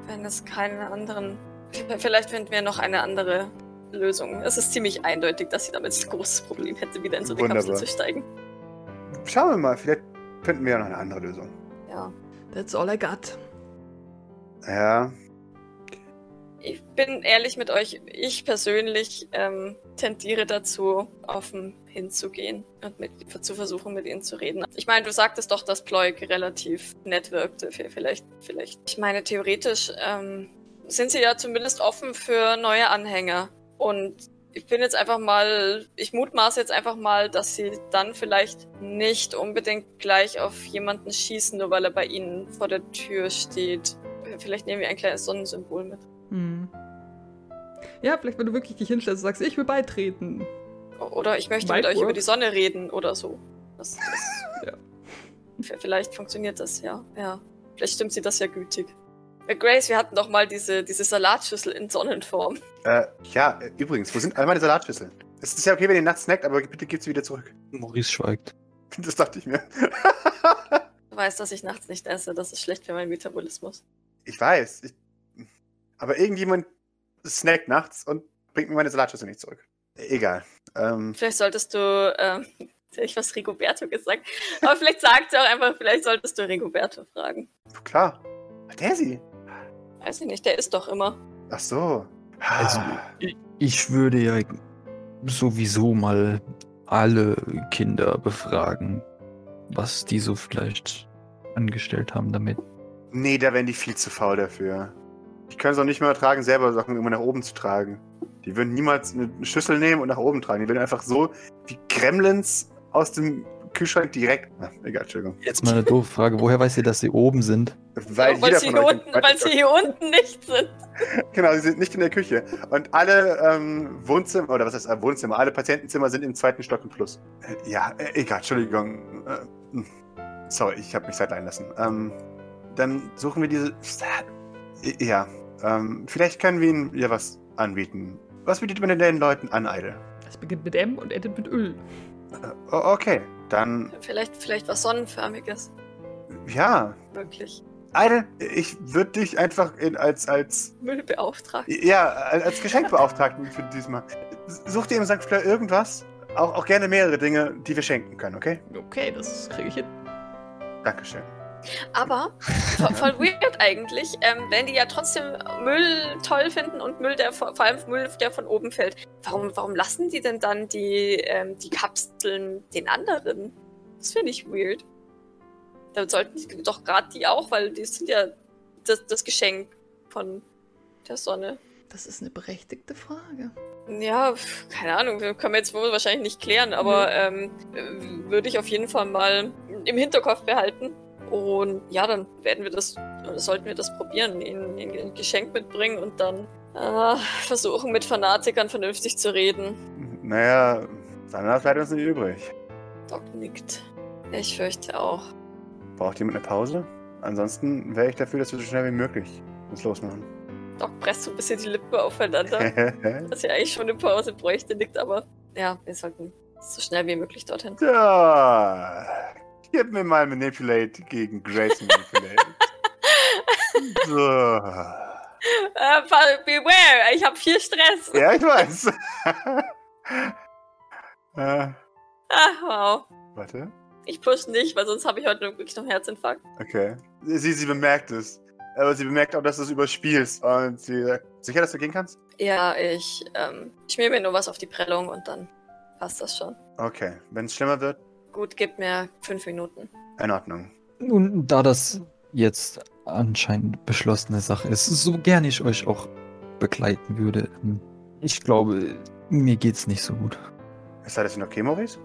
Wenn es keine anderen. Vielleicht finden wir noch eine andere Lösung. Es ist ziemlich eindeutig, dass sie damit ein großes Problem hätte, wieder in so eine Kapsel Wunderbar. zu steigen. Schauen wir mal, vielleicht finden wir ja noch eine andere Lösung. Ja. That's all I got. Ja, Ich bin ehrlich mit euch, ich persönlich ähm, tendiere dazu, offen hinzugehen und mit, zu versuchen, mit ihnen zu reden. Ich meine, du sagtest doch, dass Ploik relativ nett wirkte. V- Vielleicht, vielleicht. Ich meine, theoretisch ähm, sind sie ja zumindest offen für neue Anhänger. Und ich bin jetzt einfach mal, ich mutmaße jetzt einfach mal, dass sie dann vielleicht nicht unbedingt gleich auf jemanden schießen, nur weil er bei ihnen vor der Tür steht. Vielleicht nehmen wir ein kleines Sonnensymbol mit. Hm. Ja, vielleicht, wenn du wirklich dich hinstellst und sagst, ich will beitreten. Oder ich möchte Might mit euch über work. die Sonne reden oder so. Das, das, Ja. V- Vielleicht funktioniert das ja. Ja. Vielleicht stimmt sie das ja gütig. Äh, Grace, wir hatten doch mal diese, diese Salatschüssel in Sonnenform. äh, ja, äh, übrigens, wo sind all meine Salatschüsseln? Es ist ja okay, wenn ihr nachts snackt, aber bitte gebt sie wieder zurück. Maurice schweigt. Das dachte ich mir. Du weißt, dass ich nachts nicht esse. Das ist schlecht für meinen Metabolismus. Ich weiß. Ich, aber irgendjemand snackt nachts und bringt mir meine Salatschüssel nicht zurück. Egal. Ähm, Vielleicht solltest du, ähm, jetzt hätte ich was Rigoberto gesagt, aber vielleicht sagt sie auch einfach, vielleicht solltest du Rigoberto fragen. klar. Daisy. Weiß ich nicht, der ist doch immer. Ach so. Also, Ich würde ja sowieso mal alle Kinder befragen, was die so vielleicht angestellt haben damit. Nee, da wären die viel zu faul dafür. Die können es auch nicht mehr ertragen, selber Sachen immer nach oben zu tragen. Die würden niemals eine Schüssel nehmen und nach oben tragen. Die würden einfach so wie Gremlins aus dem Kühlschrank direkt. Na, egal, Entschuldigung. Jetzt mal eine doofe Frage. Woher weiß ihr, dass sie oben sind? Weil, weil, jeder sie von hier euch unten, weil sie hier unten nicht sind. Genau, sie sind nicht in der Küche. Und alle ähm, Wohnzimmer, oder was heißt äh, Wohnzimmer, alle Patientenzimmer sind im zweiten Stock im Plus. Äh, Ja, äh, egal, Entschuldigung. Äh, mh. sorry, ich habe mich Zeit lassen. Ähm, dann suchen wir diese. Äh, Ja, ähm, vielleicht können wir ihnen ja was anbieten. Was bietet man denn den Leuten an, Eide? Das beginnt mit M und endet mit Öl. Äh, o- okay, dann Vielleicht, vielleicht was Sonnenförmiges. ja. Wirklich. Eide, ich würde dich einfach in, als, als Müllbeauftragter. äh, Ja, als als Geschenkbeauftragten für diesmal. Such dir im St. Fleur irgendwas, Auch, auch gerne mehrere Dinge, die wir schenken können, okay? Okay, das kriege ich hin. Dankeschön. Aber voll, voll weird eigentlich, ähm, wenn die ja trotzdem Müll toll finden und Müll, der vor, vor allem Müll, der von oben fällt, warum, warum lassen die denn dann die, ähm, die Kapseln den anderen? Das finde ich weird. Dann sollten die doch gerade die auch, weil die sind ja das, das Geschenk von der Sonne. Das ist eine berechtigte Frage. Ja, pf, keine Ahnung, wir können wir jetzt wohl wahrscheinlich nicht klären, aber ähm, äh, würde ich auf jeden Fall mal im Hinterkopf behalten. Und ja, dann werden wir das, oder sollten wir das probieren, ihnen ihnen ein Geschenk mitbringen und dann äh, versuchen, mit Fanatikern vernünftig zu reden. Naja, Sandra bleibt uns nicht übrig. Doc nickt. Ich fürchte auch. Braucht jemand eine Pause? Ansonsten wäre ich dafür, dass wir so schnell wie möglich uns losmachen. Doc presst so ein bisschen die Lippen aufeinander, dass sie eigentlich schon eine Pause bräuchte, nickt, aber ja, wir sollten so schnell wie möglich dorthin. Ja. Gib mir mal Manipulate gegen Grace Manipulate. so. Äh, Fall- beware, ich habe viel Stress. Ja, ich weiß. äh, Ach, Ah, wow. warte. Ich push nicht, weil sonst habe ich heute wirklich noch einen Herzinfarkt. Okay. Sie, sie bemerkt es. Aber sie bemerkt auch, dass du es überspielst. Und sie sagt, sicher, dass du gehen kannst? Ja, ich ähm, schmier mir nur was auf die Prellung und dann passt das schon. Okay. Wenn es schlimmer wird, Gut, gib mir fünf Minuten. in Ordnung. Nun, da das jetzt anscheinend beschlossene Sache ist, so gern ich euch auch begleiten würde, ähm, ich glaube, mir geht's nicht so gut. Ist das denn okay, Maurice?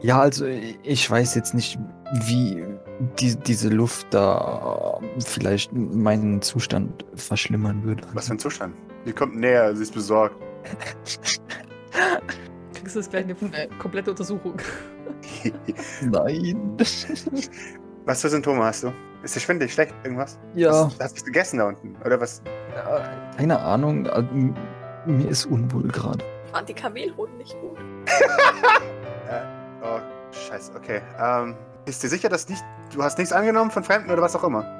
Ja, also äh, ich weiß jetzt nicht, wie die, diese Luft da äh, vielleicht meinen Zustand verschlimmern würde. Was für ein Zustand? Sie kommt näher, sie ist besorgt. Kriegst du jetzt gleich eine äh, komplette Untersuchung. Nein. Was für Symptome hast du? Ist dir schwindelig, schlecht, irgendwas? ja, Was, hast du gegessen da unten? Oder was? äh, keine Ahnung. äh, m- Mir ist unwohl gerade. Waren die Kamelhoden nicht gut? Oh, scheiße, okay. Ähm, bist du sicher, dass nicht, du hast nichts angenommen von Fremden oder was auch immer?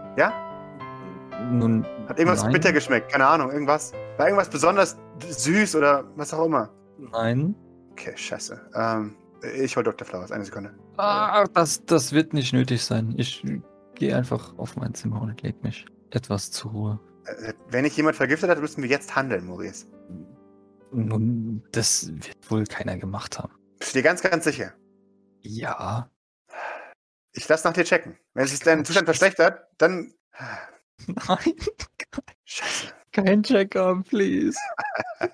Nun, Hat irgendwas Nein. bitter geschmeckt? Keine Ahnung, irgendwas. War irgendwas besonders süß oder was auch immer? nein. Okay, scheiße. Ähm, ich hol Dr. Flowers, eine Sekunde. Ah, das, das wird nicht nötig sein. Ich gehe einfach auf mein Zimmer und leg mich etwas zur Ruhe. Äh, Wenn ich jemand vergiftet hat, müssen wir jetzt handeln, Maurice. Nun, das wird wohl keiner gemacht haben. Bist du dir ganz, ganz sicher? Ja. Ich lass nach dir checken. Wenn sich dein Zustand verschlechtert, dann. Nein. Scheiße. Kein Check-up, please.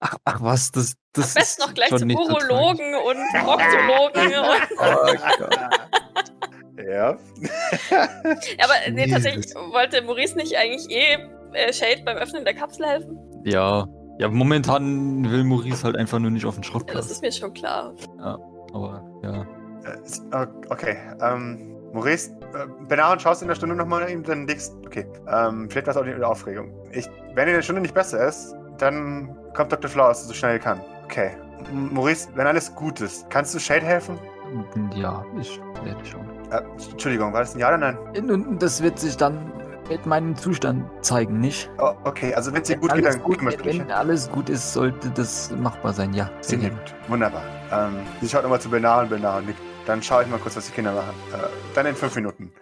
Ach, ach was, das, das Am besten ist noch gleich schon zum nicht ertragen. Urologen und Proktologen. und, Oh Gott. Ja. aber nee, Jesus. tatsächlich wollte Maurice nicht eigentlich eh äh, Shade beim Öffnen der Kapsel helfen? ja. Ja, momentan will Maurice halt einfach nur nicht auf Ja, den das Schrottplatz. ist mir schon klar. Aber ja. Äh, s- o- Okay. Ähm, Maurice, äh, Benahan, schaust in der Stunde nochmal nach ihm, dann legst. Okay. Ähm, vielleicht war es auch die Aufregung. Ich, wenn in der Stunde nicht besser ist, dann kommt Dr. Flowers so schnell er kann. Okay. M Maurice, wenn alles gut ist, kannst du Shade helfen? Ja, ich werde schon. Äh, Entschuldigung, war das ein Ja oder nein? Nun, das wird sich dann mit meinem Zustand zeigen, nicht? Oh, okay, also wenn es dir Wenn gut geht, alles dann gut, gut wenn alles gut ist, sollte das machbar sein, ja. Sehr gut. Mhm. Wunderbar. Ähm, sie schaut nochmal zu Benar und Benar und nickt. Dann schaue ich mal kurz, was die Kinder machen. Äh, dann in fünf Minuten.